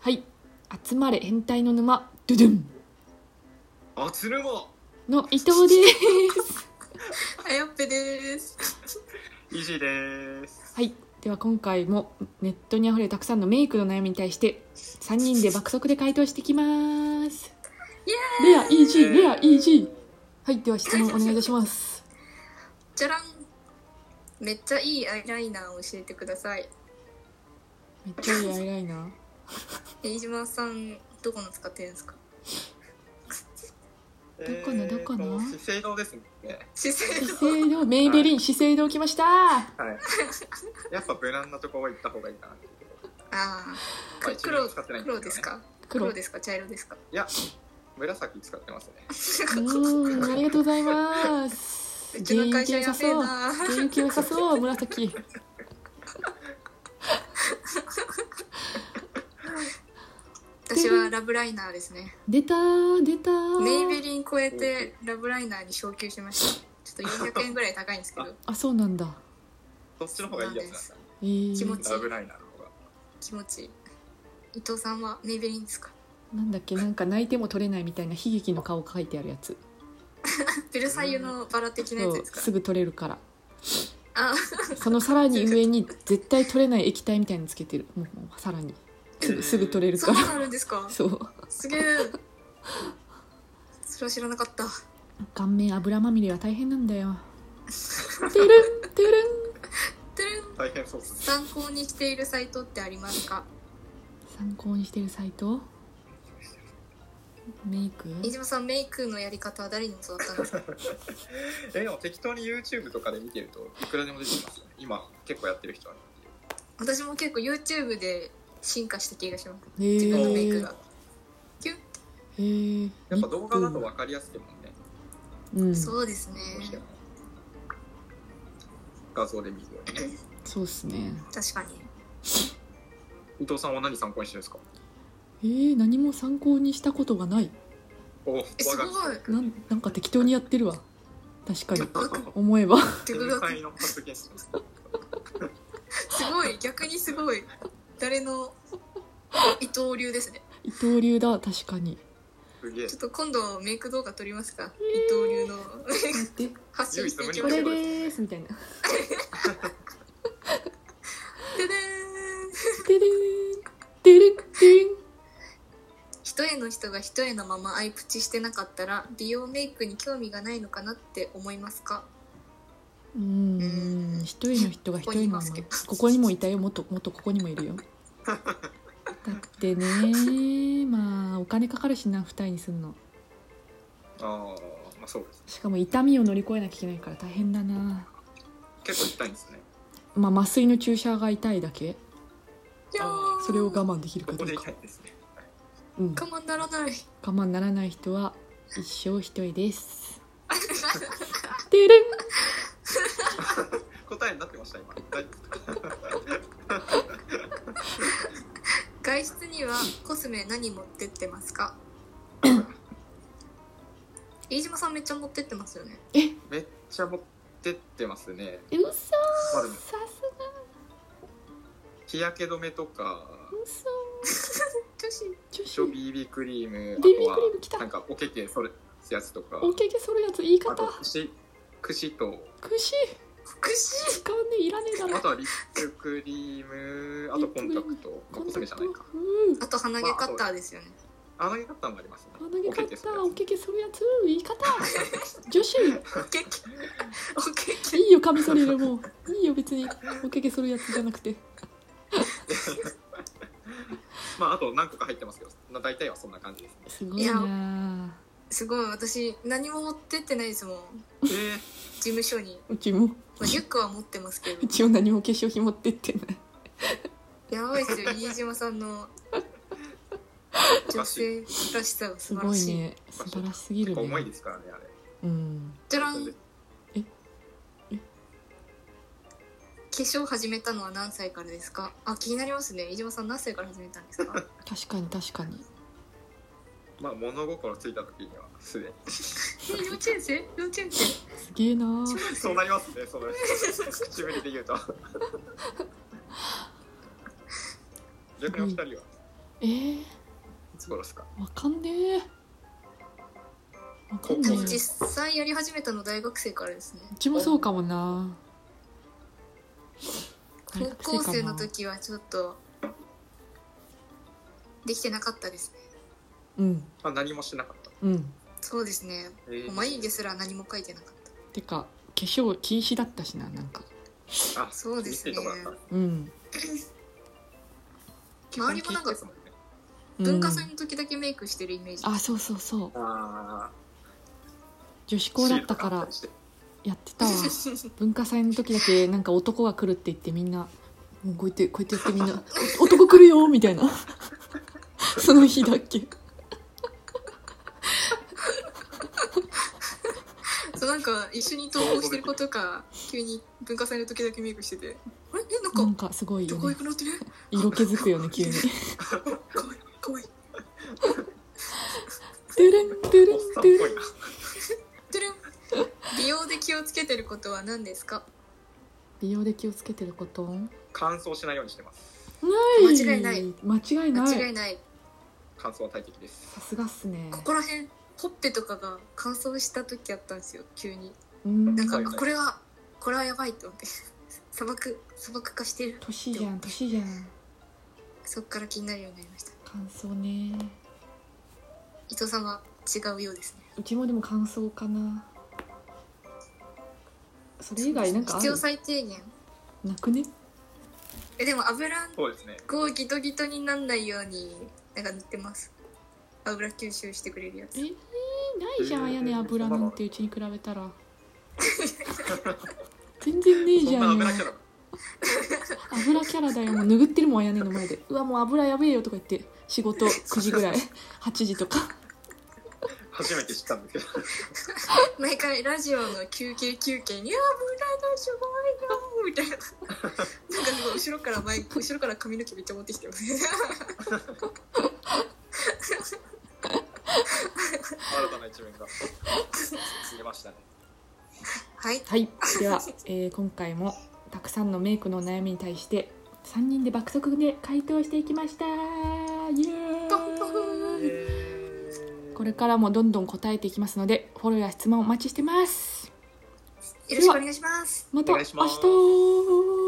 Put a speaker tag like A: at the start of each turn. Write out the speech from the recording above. A: はい集まれ変態の沼ドゥドゥン
B: あつるも
A: の伊藤 です
C: あやっぺです。
B: イジーです
A: はいでは今回もネットにあふれるたくさんのメイクの悩みに対して3人で爆速で回答してきます
C: イ
A: レアイージーレアイージーはいでは質問お願いいたします
C: じゃらん。めっちゃいいアイライナーを教えてください。
A: めっちゃいいアイライナー
C: 飯島さん、どこの使ってるんですか。
A: どこのどこの
B: えーと資生堂ですね
C: 資生
A: 資
C: 堂。
A: 生堂メイベリン資生堂来ました
B: はい やっぱ無難なとこは行った方がいいかなっていうけど
C: ああ。
B: まあ
C: く
B: 一応
C: 黒、
B: 使ってないん
C: 黒
B: け
C: で
B: ど
C: す
B: ね
C: か。
A: 黒
C: 黒ですか、茶色ですか。
B: いや紫使ってますね
A: うーんありがとうございます
C: うちの会社やべえ
A: そう
C: な。
A: 元気良さそう紫
C: 私はラブライナーですね。
A: 出たー出たー
C: メイベリン超えて、ラブライナーに昇級しました。ちょっと400円ぐらい高いんですけど、
A: あそうなんだ
B: そっちの方がいいやつなん
A: えー、
C: 気持
B: だ
C: ちいい
B: ラブライナーの方が
C: 気持ちいい。伊藤さんはメイベリンですか。
A: なんだっけなんか泣いても取れないみたいな悲劇の顔書いてあるやつ
C: ベルサイユのバラ的なや
A: そ
C: つ
A: う
C: ですか。
A: すぐ取れる から
C: あ
A: そのさらに上に絶対取れない液体みたいにつけてるもうもうさらにす
B: え
A: ぐ
B: ー
A: すぐ取れ
C: あ、
A: る
C: そ
A: か
C: んなのあ
A: ら
C: るんですか。
A: そう
C: すげえ。それは知らなかった。
A: 顔面油まみれは大変なんだよてるんてるん
C: てれん
B: 大変そうですね
C: 参考にしているサイトってありますか。
A: 参考にしてるサイトメイク
C: 飯島さんメイクのやり方は誰に教わったん ですか。
B: えでも適当に YouTube とかで見てるといくらでも出てきますね今結構やってる人は
C: 私も結構 YouTube で進化した気がします。
A: え
C: 自分のメイク
A: ー
C: が。キュッ、
A: えー、
B: やっぱ動画だと分かりやすいもんね
A: うんそ
C: そうですね。
B: どうしても画像で見るよりね
A: うっすね
C: 確かに。
B: 伊藤さんは何参考にしてるんですか
A: えー、何も参考にしたことがない
B: お我
C: え、すご
B: が
C: い。
A: なんなんか適当にやってるわ確かに
C: 独学。
A: 思えば
C: 独
B: 天
C: 学
B: 才。の発言してます
C: すごい。逆にすごい。誰の。伊藤流ですね。
A: 伊藤流だ確かに
B: すげえ
C: ちょっと今度メイク動画撮りますか。伊藤流の。
A: 待って
C: 発信していき
A: こ
C: ましょ
A: れ
C: う。
A: でーすみたいな
C: てれーん。
A: てれんてれんてれん
C: 一重の人が一重のままアイプチしてなかったら美容メイクに興味がないのかなって思いますか
A: うーん一人の人が一人のまま
C: ここにいますけど
A: ここにもいたよもっともっとここにもいるよだってねまあお金かかるしな二重にすんの
B: ああまあそうです
A: しかも痛みを乗り越えなきゃいけないから大変だな
B: 結構痛いんですね
A: まあ麻酔の注射が痛いだけ
B: あ
A: それを我慢できる
B: こ
A: かどう
B: こで
A: か
B: 痛いんです ね
A: うん
C: 我慢ならない
A: 我慢ならない人は一生一人です。てれん
B: 答えになってました今大丈夫ですか
C: 外出にはコスメ何持ってってますか飯島さんめっちゃ持ってってますよね
B: めっちゃ持ってってますね
A: うそさ
B: まあでも
A: すが
B: 日焼け止めとか
A: うそ
C: 女子
A: 女
B: 一応
A: 子
B: BB クリーム
A: BB
B: あとは
A: クリーム来た
B: なんかおけけそれやつとか
A: おけけそるやつ言い
B: あ
A: 方
B: と串串と
A: くし
C: 福祉
A: 使わねえいらねえだろ
B: あとはリップクリームあとコンタクトまあコスメじゃないか
A: うん
C: あと鼻毛カッターですよね、
B: あのやったのもありますね
A: 鼻毛買っ
B: おけけそれ
A: たおけけそるやつ言い方 女子
C: おけけおけけ
A: いいよカミソリでもういいよ別におけけそるやつじゃなくて
B: まああと何個か入ってますけどまあ大体はそんな感じですね
A: すごいなあ
C: すごい私何も持ってってないですもん
B: え
C: 事務所に、
A: うちも
C: まあ、リュックは持ってます けど
A: うちも何も化粧品持ってってない
C: やばいですよ飯島さんの女性らしさが
A: す
C: 素晴
A: ご
C: ら
A: い
C: しい
A: ね素晴らしすぎる
B: ー、重い
A: ね
B: ですからねあれ
A: うん
C: じゃらん
B: え
A: ええ
C: 化粧始めたのは何歳からですかあ気になりますね飯島さん何歳から始めたんですか
A: 確かに確かに
B: まあ物心ついた時にはすでに
C: え幼稚園生幼稚園生
A: すげえなあ
B: そうなりますね、そうなります。口ぶりで 言うと。逆にお二人は。
A: えー、
B: いつ頃ですか
A: わかんねえわかん
C: で
A: ねえ
C: も
A: う
C: 実際やり始めたの大学生からですね
A: ちもそうかもな大学
C: 高校生
A: か
C: の
A: な
C: 時はちょっとできてなかったですね
A: うん
B: あ何もしなかった、
A: うん
C: そうですね
B: えー
C: 眉毛すら何も書いてなかって
A: か化粧禁止だったしななんか
B: あ
C: そうですね
B: 厳しいとこだっ
A: うん
C: た周りもなんか
B: たね
C: 文化祭
A: うん
C: の時だけメイクしてるイメージ、
A: あそうそうそう
B: あ
A: 女子
B: ー
A: 校だったから
B: シールと
A: やって たわ文化祭の時だけなんか男が来るって言ってみんなもうこうやってこうやってやってみんな「お男来るよ」みたい なその日だっけ
C: そうなんか一緒に登校してる子とか急に文化祭の時だけメイクしてて「あれえなん
A: なん
C: か
A: かすごいよ
C: どこ
A: ね
C: 行くなってる
A: 色気づく よね急 に
C: かわいいかわいい」
A: 「ドゥルンドゥル
B: か
A: ン
B: 貼
A: ド
B: っておっ
A: ゥ
B: さんっぽ
A: ル
B: い
A: ン
B: な
C: てるん美容で気をつけてることは何ですか」
A: 美容で気をつけてることな
B: 乾燥しないようにしてます
A: い
C: 間違いない
A: 間違いない
C: 間違いない
B: 乾燥は大敵です
A: さすがっすね
C: ここら辺ほっぺとかが乾燥した時あったんですよ急に
A: うん
C: なんか、
B: はい
C: あ
B: はい
C: これはこれはやばいと思って砂漠砂漠化してる
A: 年じゃん年じゃん
C: そっから気になるようになりました
A: 乾燥ね
C: 伊藤さんは違うようですね
A: うちもでも乾燥かなそれ以外なんかあ
C: 必
A: る
C: 要最低限
A: なくね
C: えでも油ん
B: そうですね
C: こうギトギトになんないようになんか塗ってます油吸収してくれるや
A: え
C: つ
A: ー、ないじゃん、あやね油なんてうちに比べたら全然ねえ
B: そ
A: じ
B: ん
A: ゃよ
B: なん油キャラ
A: 油キャラだよもう拭ってるもんあやねの前でうわもう油やべえよとか言って仕事9時ぐらい8時とか
B: 初めて知ったんですけど
C: 毎回ラジオの休憩休憩に「いや油のすごいよ」みたいななんかすごい後ろから前後ろから髪の毛めっちゃ持ってきてます
B: 新たな一 面が出ましたね
C: はい
A: はいでは、 えー今回もたくさんのメイクのお悩みに対して3人で爆速で回答していきましたイエ
C: パフパ
A: ーイ
C: フ
A: これからもどんどん答えていきますのでフォローや質問お待ちしてます
C: よろしくお願いします
A: また明
B: お願いします
A: 日